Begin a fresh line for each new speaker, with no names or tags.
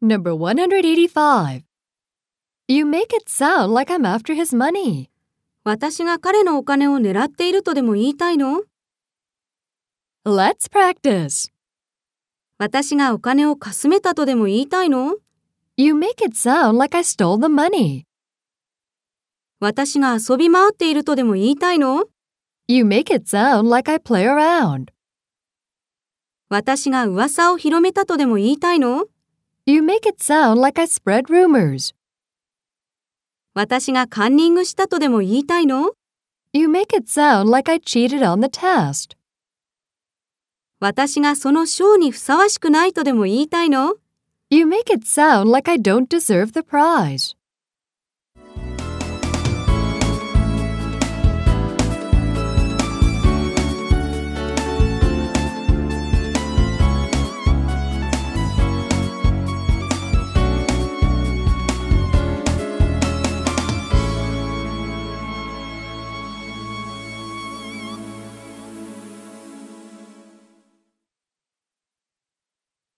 Number 185. You make it sound like I'm after his money.
私が彼のお金を狙っているとでも言いたいの
Let's practice.
私がお金をかすめたとでも言いたいの
You make it sound like I stole the money.
私が遊び回っているとでも言いたいの
You make it sound like I play around.
私が噂を広めたとでも言いたいの
You make it sound like I spread rumors.
私がカンニングしたとでも言いたいの
You make it sound like I cheated on the test.
私がその賞にふさわしくないとでも言いたいの
You make it sound like I don't deserve the prize.